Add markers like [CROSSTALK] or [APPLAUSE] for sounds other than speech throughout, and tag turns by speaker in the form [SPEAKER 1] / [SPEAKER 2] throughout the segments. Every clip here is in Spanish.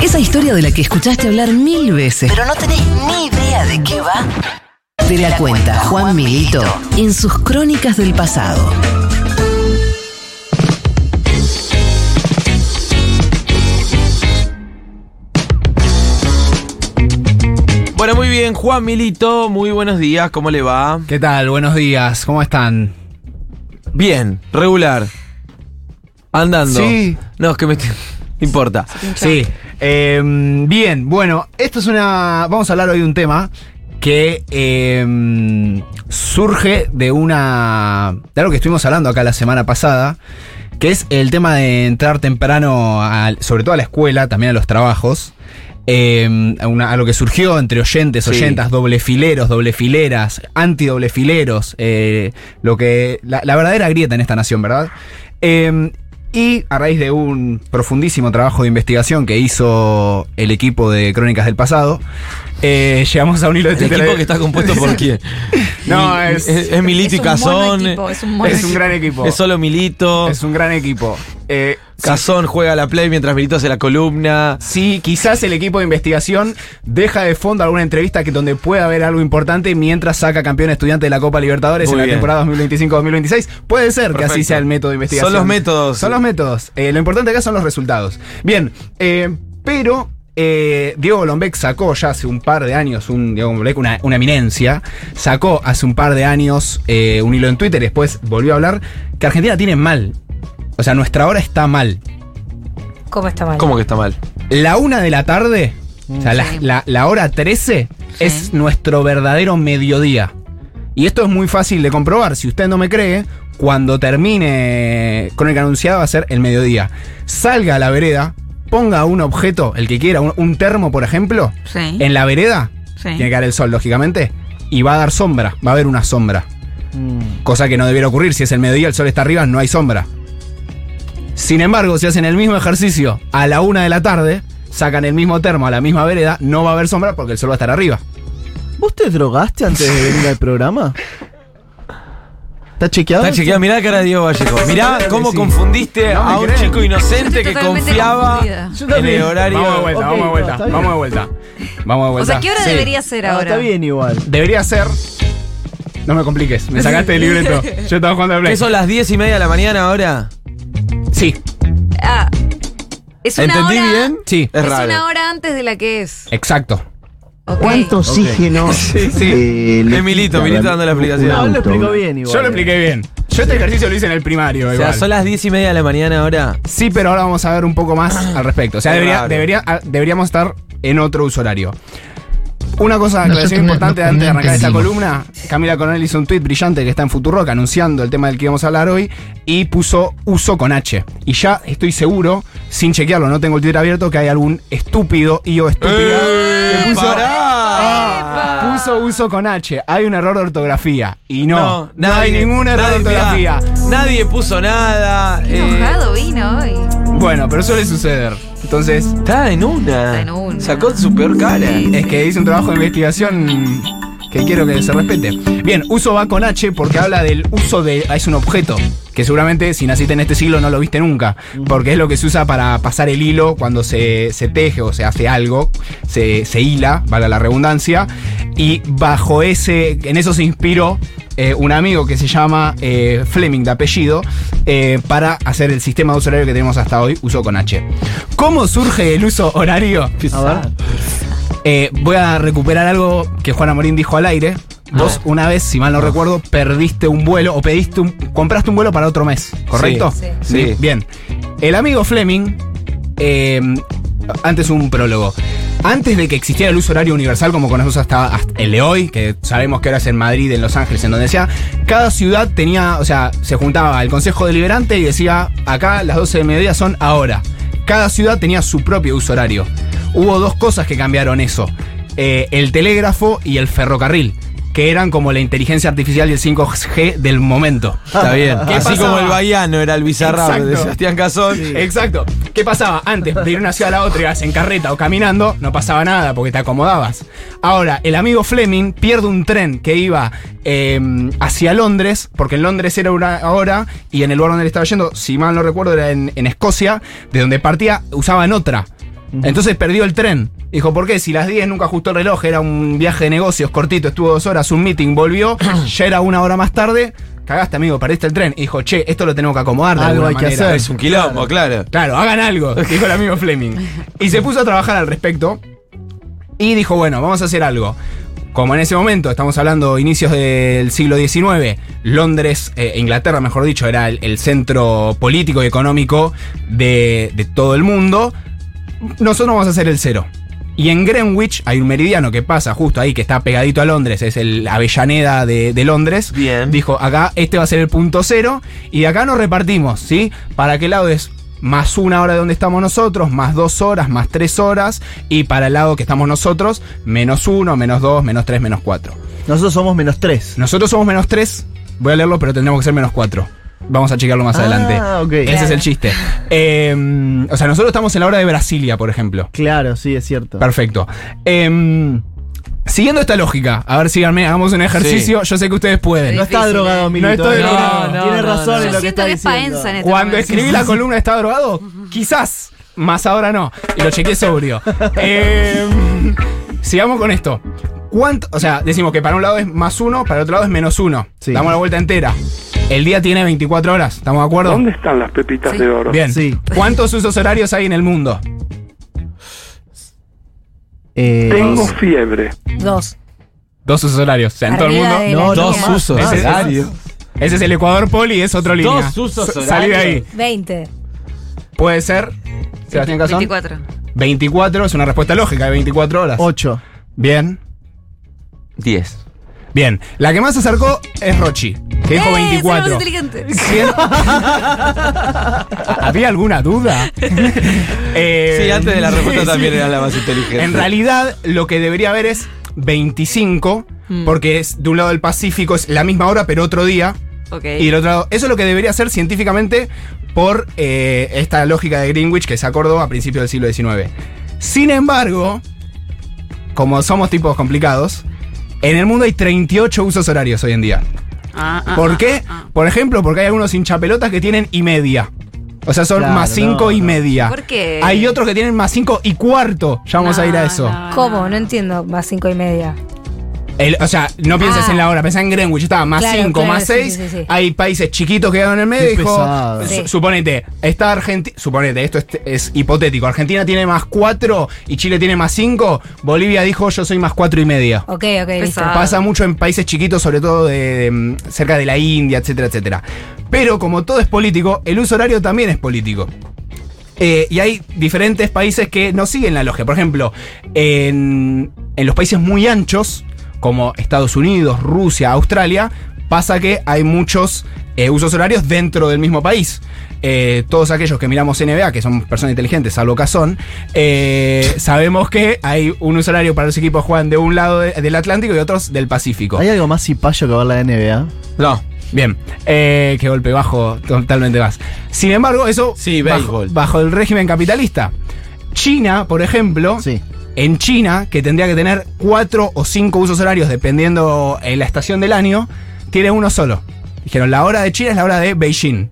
[SPEAKER 1] Esa historia de la que escuchaste hablar mil veces, pero no tenés ni idea de qué va. Te la cuenta Juan Milito en sus crónicas del pasado.
[SPEAKER 2] Bueno, muy bien, Juan Milito, muy buenos días, ¿cómo le va?
[SPEAKER 3] ¿Qué tal? Buenos días, ¿cómo están?
[SPEAKER 2] Bien, regular. Andando.
[SPEAKER 3] Sí.
[SPEAKER 2] No, es que me estoy- [LAUGHS] No importa.
[SPEAKER 3] Sí. eh, bien, bueno, esto es una. Vamos a hablar hoy de un tema que eh, surge de una. de algo que estuvimos hablando acá la semana pasada, que es el tema de entrar temprano, al- sobre todo a la escuela, también a los trabajos. eh, a, una- a lo que surgió entre oyentes,
[SPEAKER 2] Sí.
[SPEAKER 3] oyentas, doble fileros, doble fileras, anti doble fileros, eh, lo que la, la verdadera grieta en esta nación, ¿verdad? Eh, y a raíz de un profundísimo trabajo de investigación que hizo el equipo de Crónicas del Pasado, eh, llegamos a un hilo de
[SPEAKER 2] El
[SPEAKER 3] Twitter.
[SPEAKER 2] equipo que está compuesto
[SPEAKER 3] [LAUGHS]
[SPEAKER 2] por quién?
[SPEAKER 3] No,
[SPEAKER 2] Mi-
[SPEAKER 3] es-
[SPEAKER 2] Es, es Milito
[SPEAKER 4] Es
[SPEAKER 2] y
[SPEAKER 4] un mono
[SPEAKER 2] Cazón.
[SPEAKER 4] equipo, es un mono
[SPEAKER 3] es un
[SPEAKER 4] equipo.
[SPEAKER 3] gran equipo.
[SPEAKER 2] Es solo Milito.
[SPEAKER 3] Es un gran equipo. Eh,
[SPEAKER 2] Cazón juega a la play mientras Milito hace la columna.
[SPEAKER 3] Sí, quizás el equipo de investigación deja de fondo alguna entrevista que donde pueda haber algo importante mientras saca campeón estudiante de la Copa Libertadores
[SPEAKER 2] Muy
[SPEAKER 3] en la
[SPEAKER 2] bien.
[SPEAKER 3] temporada 2025-2026. Puede ser que así
[SPEAKER 2] Perfecto.
[SPEAKER 3] sea el método de investigación.
[SPEAKER 2] Son los métodos.
[SPEAKER 3] Son los métodos. Eh, lo importante acá son los resultados. Bien, eh, pero eh, Diego Golombek sacó ya hace un par de años, un, Diego Golombek, una, una eminencia, sacó hace un par de años eh, un hilo en Twitter, después volvió a hablar, que Argentina tiene mal. O sea, nuestra hora está mal.
[SPEAKER 4] ¿Cómo está mal?
[SPEAKER 2] ¿Cómo que está mal?
[SPEAKER 3] La una de la tarde, o sea, la,
[SPEAKER 4] Sí.
[SPEAKER 3] la- la hora 13, es
[SPEAKER 4] Sí.
[SPEAKER 3] nuestro verdadero mediodía. Y esto es muy fácil de comprobar. Si usted no me cree, cuando termine con el anunciado va a ser el mediodía. Salga a la vereda, ponga un objeto, el que quiera, un, un termo, por ejemplo,
[SPEAKER 4] Sí.
[SPEAKER 3] en la vereda.
[SPEAKER 4] Sí.
[SPEAKER 3] Tiene que dar el sol, lógicamente. Y va a dar sombra, va a haber una sombra. Cosa que no debiera ocurrir. Si es el mediodía, el sol está arriba, no hay sombra. Sin embargo, si hacen el mismo ejercicio a la una de la tarde, sacan el mismo termo a la misma vereda, no va a haber sombra porque el sol va a estar arriba.
[SPEAKER 5] ¿Vos te drogaste antes de venir al programa? ¿Está chequeado?
[SPEAKER 2] Está chequeado, mirá la cara de Diego Vallejo. Mirá cómo
[SPEAKER 3] Sí.
[SPEAKER 2] confundiste
[SPEAKER 3] No me
[SPEAKER 2] a un
[SPEAKER 3] creen.
[SPEAKER 2] chico inocente
[SPEAKER 4] Estoy
[SPEAKER 2] que
[SPEAKER 4] totalmente
[SPEAKER 2] confiaba
[SPEAKER 4] confundida.
[SPEAKER 5] Yo
[SPEAKER 2] en
[SPEAKER 5] también.
[SPEAKER 2] el horario.
[SPEAKER 3] Vamos de vuelta,
[SPEAKER 5] ok,
[SPEAKER 3] vamos de
[SPEAKER 5] no,
[SPEAKER 3] vuelta,
[SPEAKER 5] está bien.
[SPEAKER 3] vamos de vuelta. Vamos de
[SPEAKER 4] O
[SPEAKER 3] vuelta.
[SPEAKER 4] sea, ¿qué hora
[SPEAKER 3] Sí.
[SPEAKER 4] debería ser
[SPEAKER 5] Ah,
[SPEAKER 4] ahora?
[SPEAKER 5] está bien igual.
[SPEAKER 3] Debería ser. No me compliques, me sacaste el libreto. Yo estaba jugando al
[SPEAKER 2] ¿Qué
[SPEAKER 3] play.
[SPEAKER 2] son las 10 y media de la mañana ahora?
[SPEAKER 3] Sí,
[SPEAKER 4] Ah, es una
[SPEAKER 2] ¿Entendí
[SPEAKER 4] hora,
[SPEAKER 2] bien?
[SPEAKER 3] sí,
[SPEAKER 2] Es
[SPEAKER 4] Es,
[SPEAKER 2] raro.
[SPEAKER 4] una hora antes de la que es.
[SPEAKER 3] exacto.
[SPEAKER 4] Ok.
[SPEAKER 6] ¿Cuánto oxígeno?
[SPEAKER 3] [LAUGHS] sí.
[SPEAKER 6] eh, le
[SPEAKER 2] Es Milito,
[SPEAKER 6] quita
[SPEAKER 2] Milito
[SPEAKER 6] la-
[SPEAKER 2] dando la
[SPEAKER 6] un-
[SPEAKER 2] explicación.
[SPEAKER 6] un
[SPEAKER 5] No, él lo
[SPEAKER 6] auto,
[SPEAKER 5] explicó
[SPEAKER 6] un-
[SPEAKER 5] bien igual.
[SPEAKER 3] Yo lo expliqué bien. Yo este ejercicio lo hice en el primario.
[SPEAKER 2] O sea,
[SPEAKER 3] igual.
[SPEAKER 2] son las 10 y media de la mañana ahora.
[SPEAKER 3] Sí, pero ahora vamos a ver un poco
[SPEAKER 2] [CLEARS THROAT]
[SPEAKER 3] más al respecto. O sea,
[SPEAKER 2] Qué
[SPEAKER 3] debería,
[SPEAKER 2] raro.
[SPEAKER 3] debería- ah, deberíamos estar en otro uso horario. Una cosa, aclaración
[SPEAKER 6] Nosotros no-
[SPEAKER 3] importante
[SPEAKER 6] no-
[SPEAKER 3] antes de
[SPEAKER 6] no
[SPEAKER 3] arrancar esta
[SPEAKER 6] entendimos.
[SPEAKER 3] columna. Camila Coronel hizo un tuit brillante que está en Futurock anunciando el tema del que íbamos a hablar hoy y puso uso con H. Y ya estoy seguro, sin chequearlo, no tengo el Twitter abierto, que hay algún estúpido y o estúpida
[SPEAKER 2] Eh.
[SPEAKER 3] que ¡Eh! puso,
[SPEAKER 2] ¡Pará!
[SPEAKER 3] puso uso con H. Hay un error de ortografía. Y no, no,
[SPEAKER 2] No,
[SPEAKER 3] hay
[SPEAKER 2] nadie-
[SPEAKER 3] ningún error de
[SPEAKER 2] nadie-
[SPEAKER 3] ortografía.
[SPEAKER 2] mirá, Nadie puso nada.
[SPEAKER 4] Qué
[SPEAKER 2] eh,
[SPEAKER 4] Enojado vino hoy.
[SPEAKER 3] Bueno, pero suele suceder. Entonces,
[SPEAKER 2] está en una.
[SPEAKER 4] Está en una.
[SPEAKER 2] Sacó su peor cara.
[SPEAKER 3] Es que hice un trabajo de investigación que quiero que se respete. Bien, uso va con H porque habla del uso de... ah, Es un objeto, que seguramente si naciste en este siglo no lo viste nunca, porque es lo que se usa para pasar el hilo cuando se, se teje o se hace algo, se, se hila, valga la redundancia, y bajo ese, en eso se inspiró eh, un amigo que se llama eh, Fleming de apellido eh, para hacer el sistema de uso horario que tenemos hasta hoy, uso con H. ¿Cómo surge el uso horario?
[SPEAKER 5] A ver.
[SPEAKER 3] Eh, voy a recuperar algo que Juana Morín dijo al aire. Vos una vez, si mal no recuerdo, perdiste un vuelo o pediste un, compraste un vuelo para otro mes, ¿correcto?
[SPEAKER 4] Sí.
[SPEAKER 2] Sí.
[SPEAKER 3] Bien. Bien. El amigo Fleming, eh, antes un prólogo. Antes de que existiera el uso horario universal como conocemos hasta, hasta el de hoy, que sabemos que ahora es en Madrid, en Los Ángeles, en donde sea, cada ciudad tenía, o sea, se juntaba el Consejo Deliberante y decía, acá las 12 de mediodía son ahora. Cada ciudad tenía su propio uso horario. Hubo dos cosas que cambiaron eso. Eh, el telégrafo y el ferrocarril, que eran como la inteligencia artificial y el 5G del [LAUGHS] momento.
[SPEAKER 2] Está bien.
[SPEAKER 3] ¿Qué
[SPEAKER 2] Así
[SPEAKER 3] pasaba?
[SPEAKER 2] como el baiano era el bizarrap de
[SPEAKER 3] Exacto.
[SPEAKER 2] Sebastián Cazón.
[SPEAKER 3] Exacto. ¿Qué pasaba? Antes de ir de una ciudad a la otra, ibas en carreta o caminando, no pasaba nada porque te acomodabas. Ahora, el amigo Fleming pierde un tren que iba eh, hacia Londres, porque en Londres era una hora y en el lugar donde él estaba yendo, si mal no recuerdo, era en, en Escocia, de donde partía, usaban otra. Entonces perdió el tren. Dijo, ¿por qué? Si las 10 nunca ajustó el reloj, era un viaje de negocios cortito, estuvo dos horas, un meeting,
[SPEAKER 5] [COUGHS]
[SPEAKER 3] volvió, ya era una hora más tarde. Cagaste, amigo, perdiste el tren. Y dijo, che, esto lo tenemos que acomodar de
[SPEAKER 5] Algo
[SPEAKER 3] alguna
[SPEAKER 5] hay que
[SPEAKER 3] manera".
[SPEAKER 5] hacer.
[SPEAKER 2] Es un quilombo, claro.
[SPEAKER 3] Claro, hagan algo, dijo el amigo Fleming. Y se puso a trabajar al respecto. Y dijo, bueno, vamos a hacer algo. Como en ese momento, estamos hablando inicios del siglo XIX, Londres, eh, Inglaterra, mejor dicho, era el, el centro político y económico de, de todo el mundo. Nosotros vamos a hacer el cero. Y en Greenwich hay un meridiano que pasa justo ahí, que está pegadito a Londres, es el Avellaneda de, de Londres.
[SPEAKER 2] Bien.
[SPEAKER 3] Dijo, acá este va a ser el punto cero y de acá nos repartimos, ¿sí? Para qué lado es más una hora de donde estamos nosotros, más dos horas, más tres horas y para el lado que estamos nosotros, menos uno, menos dos, menos tres, menos cuatro.
[SPEAKER 5] Nosotros somos menos tres.
[SPEAKER 3] Nosotros somos menos tres, voy a leerlo, pero tendremos que ser menos cuatro. Vamos a checarlo más
[SPEAKER 5] Ah,
[SPEAKER 3] adelante.
[SPEAKER 5] ok.
[SPEAKER 3] Ese es
[SPEAKER 4] Claro.
[SPEAKER 3] el chiste. Eh, o sea, nosotros estamos en la hora de Brasilia, por ejemplo.
[SPEAKER 5] Claro, sí, es cierto.
[SPEAKER 3] Perfecto. Em, siguiendo esta lógica, a ver, síganme, hagamos un ejercicio. Yo sé que ustedes pueden.
[SPEAKER 5] No está
[SPEAKER 4] Difícil,
[SPEAKER 5] drogado,
[SPEAKER 4] eh.
[SPEAKER 5] Milito.
[SPEAKER 3] No estoy
[SPEAKER 5] eh.
[SPEAKER 2] drogado. No,
[SPEAKER 5] Tiene
[SPEAKER 2] no,
[SPEAKER 5] razón
[SPEAKER 2] no, no.
[SPEAKER 5] en lo
[SPEAKER 4] Yo
[SPEAKER 5] que
[SPEAKER 4] siento
[SPEAKER 5] está
[SPEAKER 4] que es
[SPEAKER 5] diciendo.
[SPEAKER 4] paenza en este
[SPEAKER 3] Cuando
[SPEAKER 4] momento.
[SPEAKER 3] escribí la columna ¿Está drogado? Quizás, más ahora no. Y lo chequeé sobrio. Em, sigamos con esto. ¿Cuánto? O sea, decimos que para un lado es más uno, para el otro lado es menos uno.
[SPEAKER 5] Sí.
[SPEAKER 3] Damos la vuelta entera. El día tiene 24 horas, ¿estamos de acuerdo?
[SPEAKER 6] ¿Dónde están las pepitas
[SPEAKER 4] Sí.
[SPEAKER 6] de oro?
[SPEAKER 3] Bien.
[SPEAKER 5] Sí.
[SPEAKER 3] ¿Cuántos usos horarios hay en el mundo?
[SPEAKER 5] Eh,
[SPEAKER 6] Tengo fiebre.
[SPEAKER 4] Dos.
[SPEAKER 3] Dos usos horarios. O sea, en todo el
[SPEAKER 4] Arriba
[SPEAKER 3] mundo.
[SPEAKER 4] de
[SPEAKER 5] No,
[SPEAKER 4] la
[SPEAKER 5] dos
[SPEAKER 4] línea.
[SPEAKER 5] usos.
[SPEAKER 3] Ese- Ese es el Ecuador Poli, es otro línea.
[SPEAKER 2] usos
[SPEAKER 3] S- Salí de ahí.
[SPEAKER 4] 20.
[SPEAKER 3] Puede ser. Sebastián Cazón.
[SPEAKER 4] 24.
[SPEAKER 3] 24 es una respuesta lógica de 24 horas.
[SPEAKER 5] Ocho.
[SPEAKER 3] Bien.
[SPEAKER 2] 10.
[SPEAKER 3] Bien. La que más se acercó es Rochi, que dijo
[SPEAKER 4] ¡Eh!
[SPEAKER 3] 24.
[SPEAKER 4] Somos inteligentes.
[SPEAKER 3] Cien- ¿Había alguna duda? Eh,
[SPEAKER 2] Sí, antes de la respuesta
[SPEAKER 3] sí,
[SPEAKER 2] también
[SPEAKER 3] sí.
[SPEAKER 2] era la más inteligente.
[SPEAKER 3] En realidad, lo que debería haber es 25, porque es de un lado del Pacífico, es la misma hora, pero otro día.
[SPEAKER 4] Ok.
[SPEAKER 3] Y del otro lado, eso es lo que debería ser científicamente por eh, esta lógica de Greenwich que se acordó a principios del siglo XIX. Sin embargo, como somos tipos complicados, en el mundo hay 38 usos horarios hoy en día.
[SPEAKER 4] Ah, ah,
[SPEAKER 3] ¿Por
[SPEAKER 4] ah,
[SPEAKER 3] qué?
[SPEAKER 4] ah.
[SPEAKER 3] Por ejemplo, porque hay algunos hinchapelotas que tienen y media. O sea, son
[SPEAKER 5] Claro,
[SPEAKER 3] más 5
[SPEAKER 5] no,
[SPEAKER 3] y
[SPEAKER 5] no.
[SPEAKER 3] media.
[SPEAKER 4] ¿Por qué? Ah,
[SPEAKER 3] Hay otros que tienen más 5 y cuarto. Ya vamos a ir a
[SPEAKER 4] No,
[SPEAKER 3] eso.
[SPEAKER 4] no, no.
[SPEAKER 7] ¿Cómo? No entiendo. Más cinco y media.
[SPEAKER 3] El- o sea, no pienses
[SPEAKER 4] Ah.
[SPEAKER 3] en la hora, pensá en Greenwich, estaba más 5,
[SPEAKER 7] Claro, claro,
[SPEAKER 3] más
[SPEAKER 7] sí,
[SPEAKER 3] 6.
[SPEAKER 7] sí, sí, sí.
[SPEAKER 3] Hay países chiquitos que quedaron en el medio.
[SPEAKER 5] Qué
[SPEAKER 3] dijo,
[SPEAKER 5] pesado.
[SPEAKER 3] su-
[SPEAKER 7] Sí.
[SPEAKER 3] suponete, está Argentina, suponete, esto es, es hipotético. Argentina tiene más 4 y Chile tiene más 5. Bolivia dijo, yo soy más 4 y media.
[SPEAKER 7] Ok, ok, Oh, listo.
[SPEAKER 4] Pesado.
[SPEAKER 3] Pasa mucho en países chiquitos, sobre todo de, de, mm, cerca de la India, etcétera, etcétera. Pero como todo es político, el uso horario también es político. Eh, y hay diferentes países que no siguen la logia. Por ejemplo, en, en los países muy anchos, como Estados Unidos, Rusia, Australia, pasa que hay muchos eh, usos horarios dentro del mismo país. Eh, todos aquellos que miramos NBA, que son personas inteligentes, salvo Cazón, eh, sabemos que hay un uso horario para los equipos que juegan de un lado de- del Atlántico y otros del Pacífico.
[SPEAKER 5] ¿Hay algo más cipayo que ver la NBA?
[SPEAKER 2] No.
[SPEAKER 3] Bien, eh, qué golpe bajo, totalmente más. Sin embargo, eso
[SPEAKER 2] Sí,
[SPEAKER 3] bajo,
[SPEAKER 2] béisbol.
[SPEAKER 3] bajo el régimen capitalista. China, por ejemplo,
[SPEAKER 5] Sí.
[SPEAKER 3] en China, que tendría que tener cuatro o cinco usos horarios dependiendo en la estación del año, tiene uno solo. Dijeron, la hora de China es la hora de Beijing.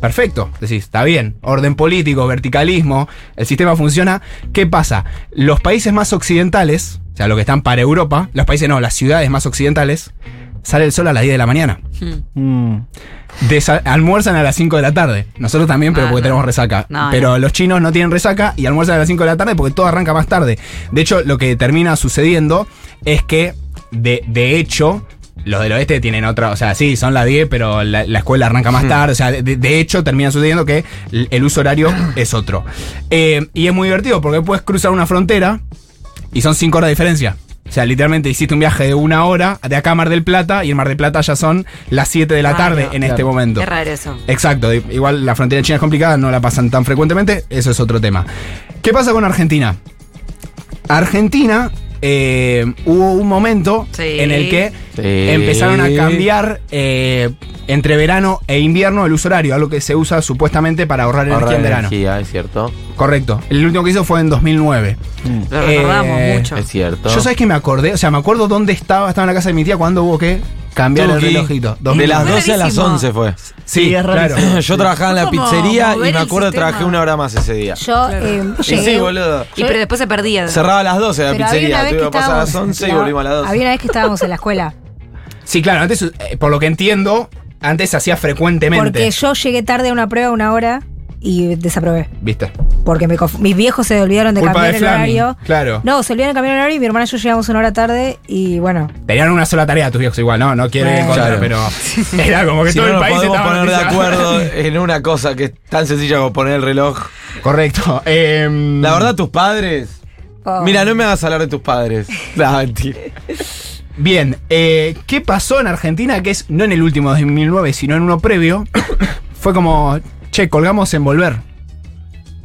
[SPEAKER 3] Perfecto, decís, está bien. Orden político, verticalismo, el sistema funciona. ¿Qué pasa? Los países más occidentales, o sea, los que están para Europa, los países no, las ciudades más occidentales, sale el sol a las 10 de la mañana.
[SPEAKER 5] Mm.
[SPEAKER 3] Desa- almuerzan a las 5 de la tarde. Nosotros también, pero
[SPEAKER 4] Ah,
[SPEAKER 3] porque
[SPEAKER 4] no.
[SPEAKER 3] tenemos resaca.
[SPEAKER 4] No,
[SPEAKER 3] pero los chinos no tienen resaca y almuerzan a las 5 de la tarde porque todo arranca más tarde. De hecho, lo que termina sucediendo es que, de, de hecho, los del oeste tienen otra. O sea, sí, son las 10, pero la, la escuela arranca
[SPEAKER 4] Hmm.
[SPEAKER 3] más tarde. O sea, de, de hecho, termina sucediendo que el, el uso
[SPEAKER 4] [CLEARS THROAT]
[SPEAKER 3] horario es otro. Eh, y es muy divertido porque puedes cruzar una frontera y son 5 horas de diferencia. O sea, literalmente hiciste un viaje de una hora de acá a Mar del Plata y en Mar del Plata ya son las 7 de la
[SPEAKER 4] Ah,
[SPEAKER 3] tarde
[SPEAKER 4] no,
[SPEAKER 3] en este
[SPEAKER 5] claro.
[SPEAKER 3] momento.
[SPEAKER 4] Qué raro eso.
[SPEAKER 3] Exacto, i- igual la frontera china es complicada, no la pasan tan frecuentemente, eso es otro tema. ¿Qué pasa con Argentina? Argentina eh, hubo un momento
[SPEAKER 4] Sí.
[SPEAKER 3] en el que
[SPEAKER 2] Sí.
[SPEAKER 3] empezaron a cambiar eh, entre verano e invierno el uso horario, algo que se usa supuestamente para ahorrar, energía en verano.
[SPEAKER 2] energía, es cierto.
[SPEAKER 3] Correcto, el último que hizo fue en 2009.
[SPEAKER 4] Lo
[SPEAKER 3] Eh,
[SPEAKER 4] recordamos mucho.
[SPEAKER 2] Es cierto.
[SPEAKER 3] Yo sabes que me acordé, o sea, me acuerdo dónde estaba, estaba en la casa de mi tía cuando hubo que Cambiar el
[SPEAKER 2] Tuki.
[SPEAKER 3] relojito. Dos
[SPEAKER 2] De
[SPEAKER 3] mil
[SPEAKER 2] las
[SPEAKER 3] años.
[SPEAKER 2] 12 a las
[SPEAKER 4] Buenísimo.
[SPEAKER 2] 11 fue.
[SPEAKER 3] Sí,
[SPEAKER 5] Sí, es
[SPEAKER 3] claro.
[SPEAKER 2] [COUGHS]
[SPEAKER 5] rarísimo.
[SPEAKER 2] Yo trabajaba en la
[SPEAKER 4] Como
[SPEAKER 2] pizzería y
[SPEAKER 4] mover
[SPEAKER 2] me
[SPEAKER 4] el
[SPEAKER 2] acuerdo que
[SPEAKER 4] sistema.
[SPEAKER 2] trabajé una hora más ese día.
[SPEAKER 7] Yo eh,
[SPEAKER 2] Y
[SPEAKER 7] llegué.
[SPEAKER 2] sí, boludo.
[SPEAKER 4] Y pero después se perdía.
[SPEAKER 2] Cerraba a las 12 la
[SPEAKER 7] pero había una
[SPEAKER 2] pizzería.
[SPEAKER 7] vez que
[SPEAKER 2] Tuvimos que pasar a las
[SPEAKER 7] estábamos-
[SPEAKER 2] 11 y
[SPEAKER 7] no,
[SPEAKER 2] volvimos a las 12.
[SPEAKER 7] Había una vez que estábamos en la escuela.
[SPEAKER 3] Sí, claro, antes, eh, por lo que entiendo, antes se hacía frecuentemente.
[SPEAKER 7] Porque yo llegué tarde a una prueba una hora y desaprobé.
[SPEAKER 3] ¿Viste?
[SPEAKER 7] Porque me conf- mis viejos se olvidaron de
[SPEAKER 3] Culpa
[SPEAKER 7] cambiar
[SPEAKER 3] de
[SPEAKER 7] el
[SPEAKER 3] Flaming,
[SPEAKER 7] horario.
[SPEAKER 3] claro.
[SPEAKER 7] No, se olvidaron de cambiar el horario y mi hermana y yo llegamos una hora tarde y bueno.
[SPEAKER 3] Tenían una sola tarea tus viejos igual, no, no quiero ir en contra,
[SPEAKER 2] Claro.
[SPEAKER 3] pero [LAUGHS] era como que
[SPEAKER 2] Si
[SPEAKER 3] todo
[SPEAKER 2] no
[SPEAKER 3] el
[SPEAKER 2] nos
[SPEAKER 3] país
[SPEAKER 2] podemos
[SPEAKER 3] estaba
[SPEAKER 2] poner de
[SPEAKER 3] notizado. [LAUGHS]
[SPEAKER 2] acuerdo en una cosa que es tan sencilla como poner el reloj.
[SPEAKER 3] Correcto. em,
[SPEAKER 2] La verdad, tus padres.
[SPEAKER 7] Oh.
[SPEAKER 2] Mira, no me hagas hablar de tus
[SPEAKER 7] [LAUGHS]
[SPEAKER 2] padres. No, mentira.
[SPEAKER 3] Bien, eh, ¿qué pasó en Argentina? Que es no en el último 2009, sino en uno previo. [COUGHS] fue como, che, colgamos en volver.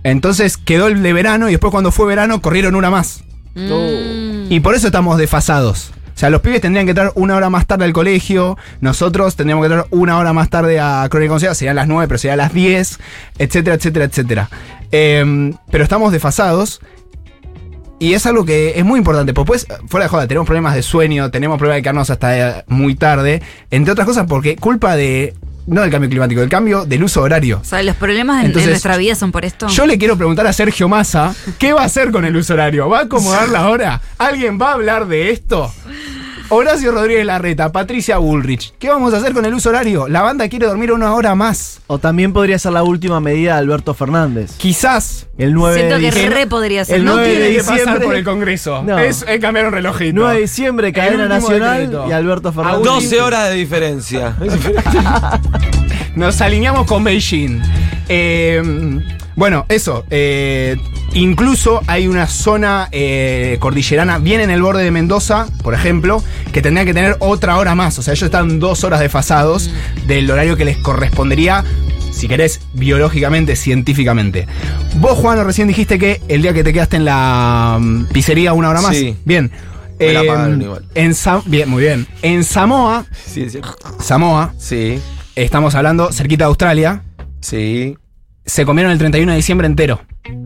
[SPEAKER 3] Entonces quedó el de verano y después cuando fue verano corrieron una más. Y por eso estamos desfasados. O sea, los pibes tendrían que entrar una hora más tarde al colegio, nosotros tendríamos que entrar una hora más tarde a Crónica Conciencia, serían las 9, pero serían las 10, etcétera, etcétera, etcétera. Em, pero estamos desfasados y es algo que es muy importante, porque pues, fuera de joda, tenemos problemas de sueño, tenemos problemas de quedarnos hasta eh, muy tarde, entre otras cosas porque culpa de, no del cambio climático, del cambio del uso horario.
[SPEAKER 4] O sea, los problemas en- en,
[SPEAKER 3] Entonces,
[SPEAKER 4] nuestra vida son por esto.
[SPEAKER 3] Yo le quiero preguntar a Sergio Massa, ¿qué va a hacer con el uso horario? ¿Va a acomodar la hora? ¿Alguien va a hablar de esto? Horacio Rodríguez Larreta, Patricia Bullrich, ¿qué vamos a hacer con el uso horario? La banda quiere dormir una hora más.
[SPEAKER 5] O también podría ser la última medida de Alberto Fernández.
[SPEAKER 3] Quizás
[SPEAKER 5] El 9
[SPEAKER 4] Siento
[SPEAKER 5] de
[SPEAKER 4] que
[SPEAKER 5] diciembre.
[SPEAKER 4] re podría ser.
[SPEAKER 5] el
[SPEAKER 4] no
[SPEAKER 5] nueve
[SPEAKER 4] quiero-
[SPEAKER 5] de
[SPEAKER 3] tiene que
[SPEAKER 5] diciembre.
[SPEAKER 3] pasar
[SPEAKER 5] [LAUGHS]
[SPEAKER 3] por el Congreso.
[SPEAKER 5] No.
[SPEAKER 3] Es, es cambiar un relojito.
[SPEAKER 5] 9 de diciembre, cadena
[SPEAKER 3] último
[SPEAKER 5] nacional
[SPEAKER 3] decreto.
[SPEAKER 5] y Alberto
[SPEAKER 7] Ah,
[SPEAKER 5] Fernández.
[SPEAKER 2] 12 horas de
[SPEAKER 7] [LAUGHS]
[SPEAKER 2] diferencia.
[SPEAKER 3] Nos alineamos con Beijing. Eh, bueno, eso. eh, incluso hay una zona eh, cordillerana bien en el borde de Mendoza, por ejemplo, que tendría que tener otra hora más. O sea, ellos están dos horas desfasados del horario que les correspondería, si querés, biológicamente, científicamente. Vos, Juan, recién dijiste que el día que te quedaste en la mm, pizzería una hora más.
[SPEAKER 2] Sí.
[SPEAKER 3] Bien. Em,
[SPEAKER 2] Me la pagaron igual.
[SPEAKER 3] En Sa- bien, muy bien. En Samoa,
[SPEAKER 2] Sí, sí.
[SPEAKER 3] Samoa,
[SPEAKER 2] Sí,
[SPEAKER 3] estamos hablando cerquita de Australia
[SPEAKER 2] sí.
[SPEAKER 3] se comieron el 31 de diciembre entero,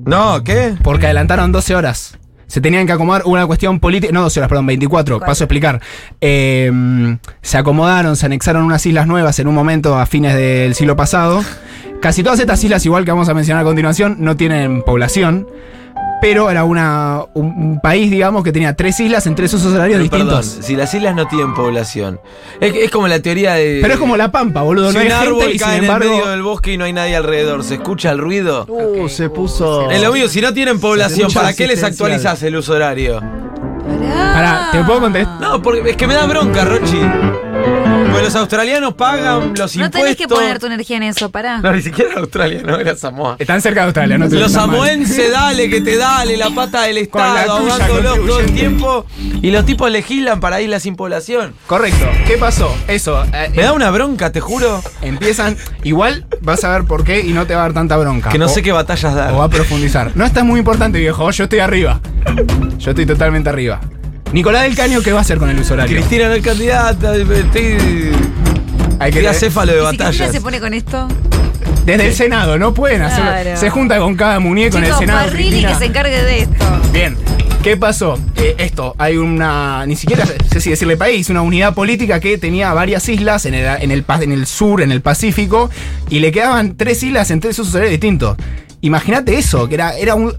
[SPEAKER 2] No, ¿qué?
[SPEAKER 3] porque adelantaron 12 horas. Se tenían que acomodar una cuestión política, no 12 horas, perdón, 24, paso a explicar. Eh, se acomodaron, se anexaron unas islas nuevas en un momento a fines del siglo pasado. Casi todas estas islas, igual que vamos a mencionar a continuación, no tienen población, pero era una, un, un país, digamos, que tenía tres islas en tres usos horarios
[SPEAKER 2] Pero perdón,
[SPEAKER 3] distintos.
[SPEAKER 2] si las islas no tienen población. Es, es como la teoría de.
[SPEAKER 3] Pero es como la pampa, boludo,
[SPEAKER 2] Si
[SPEAKER 3] no hay
[SPEAKER 2] un árbol
[SPEAKER 3] gente y sin
[SPEAKER 2] cae en el medio
[SPEAKER 3] embargo...
[SPEAKER 2] del bosque y no hay nadie alrededor, ¿se escucha el ruido?
[SPEAKER 5] Uh, se puso.
[SPEAKER 2] Es lo mío, si no tienen población,
[SPEAKER 5] Mucha
[SPEAKER 2] ¿para qué les
[SPEAKER 5] asistencial.
[SPEAKER 2] actualizas el uso horario?
[SPEAKER 3] Pará, ¿te puedo contestar?
[SPEAKER 2] No, porque es que me da bronca, Rochi. Pues los australianos pagan los
[SPEAKER 4] no
[SPEAKER 2] impuestos.
[SPEAKER 4] tenés que poner tu energía en eso, pará.
[SPEAKER 2] No, ni siquiera era Australia, no era Samoa.
[SPEAKER 3] Están cerca de Australia, no te
[SPEAKER 2] Los
[SPEAKER 3] sientas mal.
[SPEAKER 2] samoenses, dale, que te dale, la pata del
[SPEAKER 3] Con la
[SPEAKER 2] Estado,
[SPEAKER 3] tuya,
[SPEAKER 2] ahogándolos todo el
[SPEAKER 3] contribuyente.
[SPEAKER 2] tiempo. Y los tipos legislan para islas sin población.
[SPEAKER 3] Correcto. ¿Qué pasó? Eso. eh,
[SPEAKER 2] Me da una bronca, te juro,
[SPEAKER 3] Empiezan. Igual vas a ver por qué y no te va a dar tanta bronca.
[SPEAKER 2] que no
[SPEAKER 3] O-
[SPEAKER 2] sé qué batallas
[SPEAKER 3] O va
[SPEAKER 2] dar.
[SPEAKER 3] a profundizar. No, esta es muy importante, viejo. Yo estoy arriba. Yo estoy totalmente arriba. Nicolás del Caño, ¿qué va a hacer con el uso horario?
[SPEAKER 2] Cristina no es candidata, estoy.
[SPEAKER 3] Hay que
[SPEAKER 2] Estoy
[SPEAKER 3] ver.
[SPEAKER 2] acéfalo de
[SPEAKER 4] Y si Cristina
[SPEAKER 2] batallas.
[SPEAKER 4] se pone con esto,
[SPEAKER 3] Desde el Senado, no pueden hacerlo.
[SPEAKER 7] Claro.
[SPEAKER 3] Se junta con cada muñeco en el
[SPEAKER 4] chicos,
[SPEAKER 3] Senado.
[SPEAKER 4] Parrilli
[SPEAKER 3] Cristina.
[SPEAKER 4] que se encargue de esto.
[SPEAKER 3] Bien. ¿Qué pasó? Eh, esto, hay una, ni siquiera sé si decirle país, una unidad política que tenía varias islas en el, en el, pa- en el sur, en el Pacífico, y le quedaban tres islas en tres usos horarios distintos. Imagínate eso, que era, era un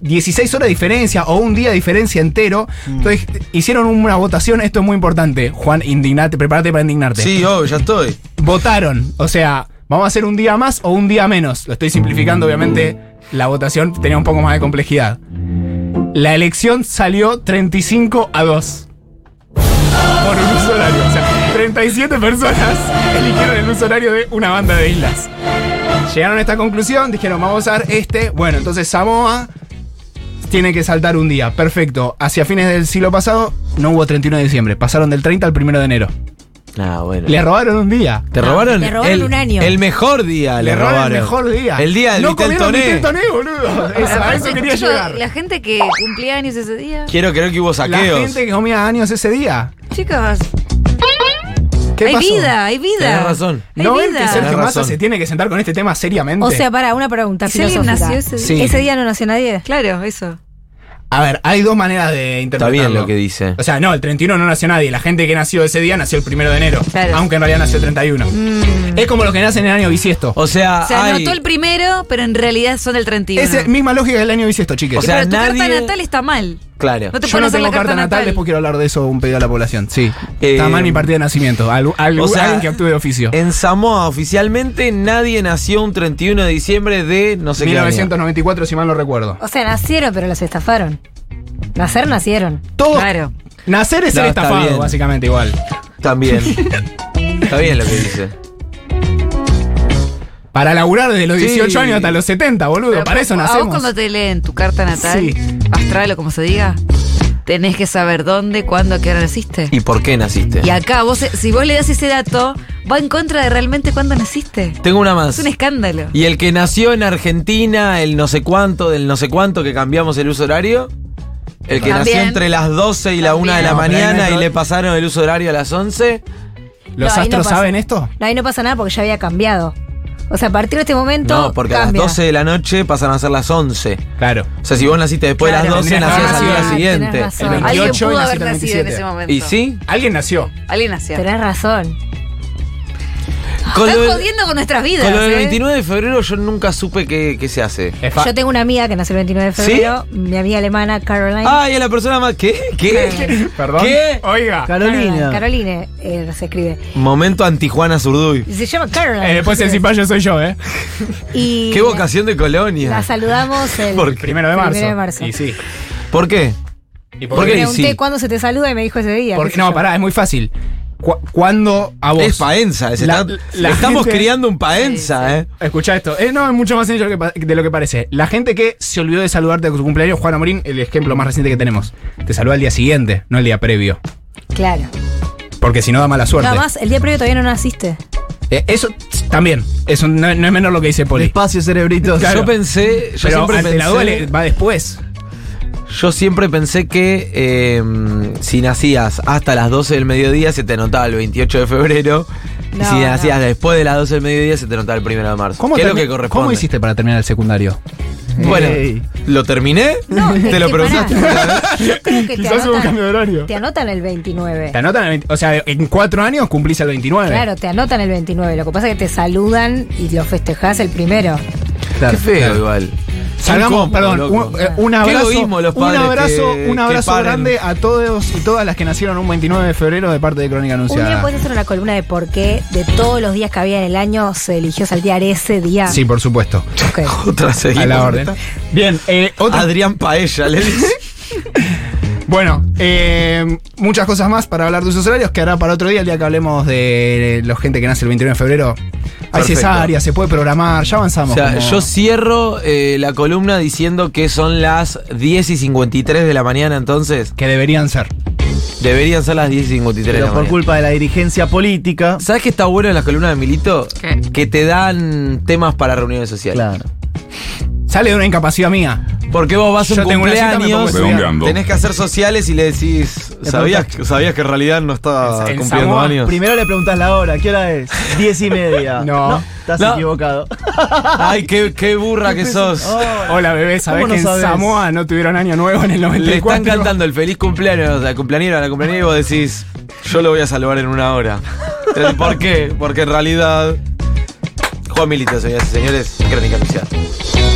[SPEAKER 3] 16 horas de diferencia o un día de diferencia entero. Entonces hicieron una votación, esto es muy importante. Juan, indignate, prepárate para indignarte.
[SPEAKER 2] Sí, oh, ya estoy.
[SPEAKER 3] Votaron, o sea, vamos a hacer un día más o un día menos. Lo estoy simplificando, obviamente la votación tenía un poco más de complejidad. La elección salió 35 a 2. Por un uso horario. O sea, 37 personas [LAUGHS] eligieron el uso horario de una banda de islas. Llegaron a esta conclusión, dijeron, vamos a usar este. Bueno, entonces Samoa tiene que saltar un día. Perfecto. Hacia fines del siglo pasado no hubo 31 de diciembre. Pasaron del 30 al 1 de enero.
[SPEAKER 2] Ah, bueno.
[SPEAKER 3] Le robaron un día.
[SPEAKER 2] Te robaron,
[SPEAKER 7] te robaron
[SPEAKER 2] el,
[SPEAKER 7] un año.
[SPEAKER 2] El mejor día, le,
[SPEAKER 3] Le robaron el mejor día.
[SPEAKER 2] El día del
[SPEAKER 3] no
[SPEAKER 2] Vitel
[SPEAKER 3] comieron
[SPEAKER 2] Toné.
[SPEAKER 3] Vitel Toné, boludo. Eso, a
[SPEAKER 4] Aparte,
[SPEAKER 3] eso quería
[SPEAKER 4] chicos,
[SPEAKER 3] llegar.
[SPEAKER 4] La gente que cumplía años ese día.
[SPEAKER 2] Quiero creer que hubo
[SPEAKER 3] La
[SPEAKER 2] saqueos.
[SPEAKER 3] gente que comía años ese día.
[SPEAKER 4] Chicos,
[SPEAKER 3] ¿Qué
[SPEAKER 4] hay
[SPEAKER 3] pasó?
[SPEAKER 4] vida, hay vida.
[SPEAKER 2] Tenés razón.
[SPEAKER 4] Hay
[SPEAKER 3] ¿No ven que
[SPEAKER 4] vida.
[SPEAKER 3] Sergio
[SPEAKER 2] Tenés
[SPEAKER 3] Massa
[SPEAKER 2] razón.
[SPEAKER 3] se tiene que sentar con este tema seriamente?
[SPEAKER 7] O sea, para una pregunta
[SPEAKER 4] Si alguien
[SPEAKER 7] filosófica.
[SPEAKER 4] nació ese día.
[SPEAKER 3] Sí.
[SPEAKER 7] ¿Ese día no nació nadie?
[SPEAKER 4] Claro, eso.
[SPEAKER 3] A ver, hay dos maneras de interpretarlo.
[SPEAKER 2] bien lo que dice.
[SPEAKER 3] O sea, no, el 31 no nació nadie. La gente que nació ese día nació el primero de enero.
[SPEAKER 4] Claro. Mm.
[SPEAKER 3] Aunque en realidad nació el 31. Es como los que nacen en el año bisiesto.
[SPEAKER 2] O sea,
[SPEAKER 4] O sea,
[SPEAKER 2] hay-
[SPEAKER 4] anotó el primero, pero en realidad son el 31.
[SPEAKER 3] Esa es misma lógica del año bisiesto, chiques.
[SPEAKER 2] O sea,
[SPEAKER 4] pero tu
[SPEAKER 2] nadie-
[SPEAKER 4] carta natal está mal.
[SPEAKER 2] Claro.
[SPEAKER 4] No te
[SPEAKER 3] yo
[SPEAKER 4] pueden
[SPEAKER 3] no
[SPEAKER 4] hacer
[SPEAKER 3] tengo
[SPEAKER 4] la
[SPEAKER 3] carta natal, después quiero hablar de eso un pedido a la población. Sí.
[SPEAKER 2] Eh,
[SPEAKER 3] Está mal mi partida de nacimiento. Al, al-
[SPEAKER 2] O sea,
[SPEAKER 3] alguien que actúe de oficio.
[SPEAKER 2] En Samoa, oficialmente, nadie nació un 31 de diciembre de no sé qué año.
[SPEAKER 3] 1994, si mal no recuerdo.
[SPEAKER 7] O sea, nacieron, pero los estafaron. Nacer, nacieron.
[SPEAKER 3] Todo.
[SPEAKER 4] Claro.
[SPEAKER 3] Nacer es
[SPEAKER 2] No,
[SPEAKER 3] ser
[SPEAKER 2] está
[SPEAKER 3] estafado,
[SPEAKER 2] bien.
[SPEAKER 3] básicamente, igual. [LAUGHS]
[SPEAKER 2] También. Está bien lo que dice.
[SPEAKER 3] Para laburar desde los
[SPEAKER 2] Sí.
[SPEAKER 3] 18 años hasta los 70, boludo.
[SPEAKER 4] Pero
[SPEAKER 3] Para eso
[SPEAKER 4] a vos
[SPEAKER 3] nacemos.
[SPEAKER 4] cuando te leen tu carta natal,
[SPEAKER 3] Sí.
[SPEAKER 4] astral o como se diga, tenés que saber dónde, cuándo, a qué hora naciste.
[SPEAKER 2] ¿Y por qué naciste?
[SPEAKER 4] Y acá, vos, si vos le das ese dato, va en contra de realmente cuándo naciste.
[SPEAKER 2] Tengo una más.
[SPEAKER 4] Es un escándalo.
[SPEAKER 2] ¿Y el que nació en Argentina, el no sé cuánto, del no sé cuánto que cambiamos el uso horario? El que nació
[SPEAKER 4] También.
[SPEAKER 2] entre las 12 y la 1 de la
[SPEAKER 3] No, pero ahí
[SPEAKER 2] mañana
[SPEAKER 3] no-
[SPEAKER 2] y le pasaron el uso horario a las 11.
[SPEAKER 3] ¿Los
[SPEAKER 7] No, ahí no
[SPEAKER 3] astros
[SPEAKER 7] pasa.
[SPEAKER 3] saben esto?
[SPEAKER 7] No, ahí no pasa nada porque ya había cambiado. O sea, a partir de este momento.
[SPEAKER 2] No, porque
[SPEAKER 7] cambia.
[SPEAKER 2] a las 12 de la noche pasan a ser las 11.
[SPEAKER 3] Claro.
[SPEAKER 2] O sea, si vos naciste después
[SPEAKER 4] Claro.
[SPEAKER 2] de las 12,
[SPEAKER 3] Tendrías que
[SPEAKER 2] nacías al
[SPEAKER 3] haber
[SPEAKER 2] día
[SPEAKER 3] nacido-
[SPEAKER 2] siguiente.
[SPEAKER 7] tenés razón.
[SPEAKER 3] El
[SPEAKER 4] Alguien
[SPEAKER 3] 28 y
[SPEAKER 4] pudo haber
[SPEAKER 3] naciste el
[SPEAKER 4] nacido en
[SPEAKER 3] 27.
[SPEAKER 4] ese momento.
[SPEAKER 2] ¿Y sí?
[SPEAKER 3] Alguien nació.
[SPEAKER 4] Alguien nació.
[SPEAKER 7] Tenés razón.
[SPEAKER 2] Con
[SPEAKER 4] Están
[SPEAKER 2] lo del-
[SPEAKER 4] jodiendo con nuestras vidas.
[SPEAKER 2] Con lo del
[SPEAKER 4] ¿eh?
[SPEAKER 2] 29 de febrero yo nunca supe qué, qué se hace.
[SPEAKER 3] Es fa-
[SPEAKER 7] Yo tengo una amiga que nació el 29 de
[SPEAKER 2] ¿Sí? Ah,
[SPEAKER 7] febrero, mi amiga alemana Caroline.
[SPEAKER 2] Ay, es la persona más. ¿Qué? ¿Qué?
[SPEAKER 3] Perdón.
[SPEAKER 2] ¿Qué?
[SPEAKER 3] Oiga.
[SPEAKER 5] Carolina.
[SPEAKER 7] Ah, Caroline eh, se escribe.
[SPEAKER 2] Momento antijuana Zurduy.
[SPEAKER 7] Y se llama Caroline.
[SPEAKER 3] Eh, después el cipayo soy yo, ¿eh?
[SPEAKER 7] Y
[SPEAKER 2] Qué vocación de
[SPEAKER 7] La
[SPEAKER 2] colonia. [LAUGHS]
[SPEAKER 7] saludamos el
[SPEAKER 2] ¿Por qué?
[SPEAKER 3] Primero de marzo.
[SPEAKER 7] Primero de marzo.
[SPEAKER 3] Y sí.
[SPEAKER 2] ¿Por qué?
[SPEAKER 3] ¿Y
[SPEAKER 2] ¿Por qué?
[SPEAKER 7] Pregunté
[SPEAKER 2] sí.
[SPEAKER 7] cuándo se te saluda y me dijo ese día.
[SPEAKER 3] Porque,
[SPEAKER 7] qué sé
[SPEAKER 3] no,
[SPEAKER 7] yo.
[SPEAKER 3] pará, es muy fácil. Cu- ¿Cuándo a vos?
[SPEAKER 2] Es paenza. se
[SPEAKER 3] La-
[SPEAKER 2] está-
[SPEAKER 3] la
[SPEAKER 2] estamos
[SPEAKER 3] gente-
[SPEAKER 2] criando un paenza, ¿eh?
[SPEAKER 3] Escucha esto. Eh, no, es mucho más sencillo que pa- de lo que parece. La gente que se olvidó de saludarte a tu cumpleaños, Juana Morín, el ejemplo más reciente que tenemos. Te saluda al día siguiente, no el día previo.
[SPEAKER 7] Claro.
[SPEAKER 3] Porque si no da mala suerte.
[SPEAKER 7] Nada más, el día previo todavía no
[SPEAKER 2] [LAUGHS]
[SPEAKER 7] naciste.
[SPEAKER 3] Eh, eso tss, también. Eso no, no es menor lo que dice Poli.
[SPEAKER 5] Despacio, cerebritos.
[SPEAKER 3] Claro.
[SPEAKER 2] Yo pensé. Yo
[SPEAKER 3] Pero
[SPEAKER 2] siempre
[SPEAKER 3] ante
[SPEAKER 2] pensé,
[SPEAKER 3] la duda le- va después.
[SPEAKER 2] Yo siempre pensé que eh, si nacías hasta las 12 del mediodía se te anotaba el 28 de febrero. y
[SPEAKER 7] No,
[SPEAKER 2] si nacías
[SPEAKER 7] no.
[SPEAKER 2] después de las 12 del mediodía se te anotaba el 1 de marzo. ¿Qué es lo
[SPEAKER 3] termi-
[SPEAKER 2] que corresponde?
[SPEAKER 3] ¿Cómo hiciste para terminar el secundario?
[SPEAKER 2] Bueno,
[SPEAKER 5] Ey.
[SPEAKER 2] ¿lo terminé?
[SPEAKER 7] No, es
[SPEAKER 2] ¿Te lo
[SPEAKER 7] que
[SPEAKER 2] preguntaste?
[SPEAKER 7] pará. Yo creo
[SPEAKER 3] [LAUGHS]
[SPEAKER 7] que te
[SPEAKER 3] Quizás hubo un cambio de horario.
[SPEAKER 7] anotan, te anotan el 29.
[SPEAKER 3] Te anotan el 20 O sea, en cuatro años cumplís el 29.
[SPEAKER 7] Claro, te anotan el 29. Lo que pasa es que te saludan y lo festejás el primero.
[SPEAKER 2] Qué feo igual.
[SPEAKER 3] Salgamos,
[SPEAKER 2] Incómodo,
[SPEAKER 3] perdón,
[SPEAKER 2] loco.
[SPEAKER 3] un, eh, un abrazo,
[SPEAKER 2] egoísmo los
[SPEAKER 3] un
[SPEAKER 2] padres
[SPEAKER 3] abrazo,
[SPEAKER 2] que-
[SPEAKER 3] un
[SPEAKER 2] que
[SPEAKER 3] abrazo
[SPEAKER 2] paren.
[SPEAKER 3] grande a todos y todas las que nacieron un 29 de febrero de parte de Crónica
[SPEAKER 7] Un día
[SPEAKER 3] Anunciada.
[SPEAKER 7] puedes hacer una columna de por qué de todos los días que había en el año se eligió saltear ese día.
[SPEAKER 3] Sí, por supuesto.
[SPEAKER 2] [LAUGHS]
[SPEAKER 7] Ok.
[SPEAKER 2] Otra
[SPEAKER 3] A
[SPEAKER 2] seguida.
[SPEAKER 3] la orden. Bien, eh, otra-
[SPEAKER 2] Adrián Paella, le dice.
[SPEAKER 3] bueno, eh, muchas cosas más para hablar de usos horarios que hará para otro día, el día que hablemos de la gente que nace el 29 de febrero. Hay
[SPEAKER 2] Perfecto.
[SPEAKER 3] cesárea, se puede programar, ya avanzamos.
[SPEAKER 2] O sea,
[SPEAKER 3] como-
[SPEAKER 2] yo cierro eh, la columna diciendo que son las 10 y 53 de la mañana, entonces
[SPEAKER 3] que deberían ser.
[SPEAKER 2] deberían ser las 10 y 53 de la
[SPEAKER 5] Pero por
[SPEAKER 2] mañana.
[SPEAKER 5] culpa de la dirigencia política.
[SPEAKER 2] ¿Sabes qué está bueno en las columnas de Milito?
[SPEAKER 4] ¿Qué?
[SPEAKER 2] Que te dan temas para reuniones sociales.
[SPEAKER 5] Claro.
[SPEAKER 3] Sale de una incapacidad mía.
[SPEAKER 2] Porque vos vas a un
[SPEAKER 3] Yo tengo una cita, me pongo a
[SPEAKER 2] cumpleaños,
[SPEAKER 3] estudiar.
[SPEAKER 2] tenés que hacer sociales y le decís, ¿sabías, sabías que en realidad no está
[SPEAKER 3] En- en
[SPEAKER 2] cumpliendo
[SPEAKER 3] Samoa,
[SPEAKER 2] años?
[SPEAKER 5] Primero le preguntás la hora, ¿qué hora es? Diez y media.
[SPEAKER 3] No.
[SPEAKER 5] estás
[SPEAKER 2] No.
[SPEAKER 5] equivocado.
[SPEAKER 2] Ay, qué, qué
[SPEAKER 5] [LAUGHS]
[SPEAKER 2] burra que sos.
[SPEAKER 5] Oh.
[SPEAKER 3] Hola bebé, ¿sabés
[SPEAKER 5] ¿Cómo no
[SPEAKER 3] que en
[SPEAKER 5] sabés?
[SPEAKER 3] Samoa no tuvieron año nuevo en el
[SPEAKER 2] Le
[SPEAKER 3] 94?
[SPEAKER 2] están cantando el feliz cumpleaños al cumpleañero, a la cumpleañera y vos decís, yo lo voy a salvar en una hora. Entonces, ¿Por qué? Porque en realidad... Juan Milito, señoras y señores, Crónica Anunciada.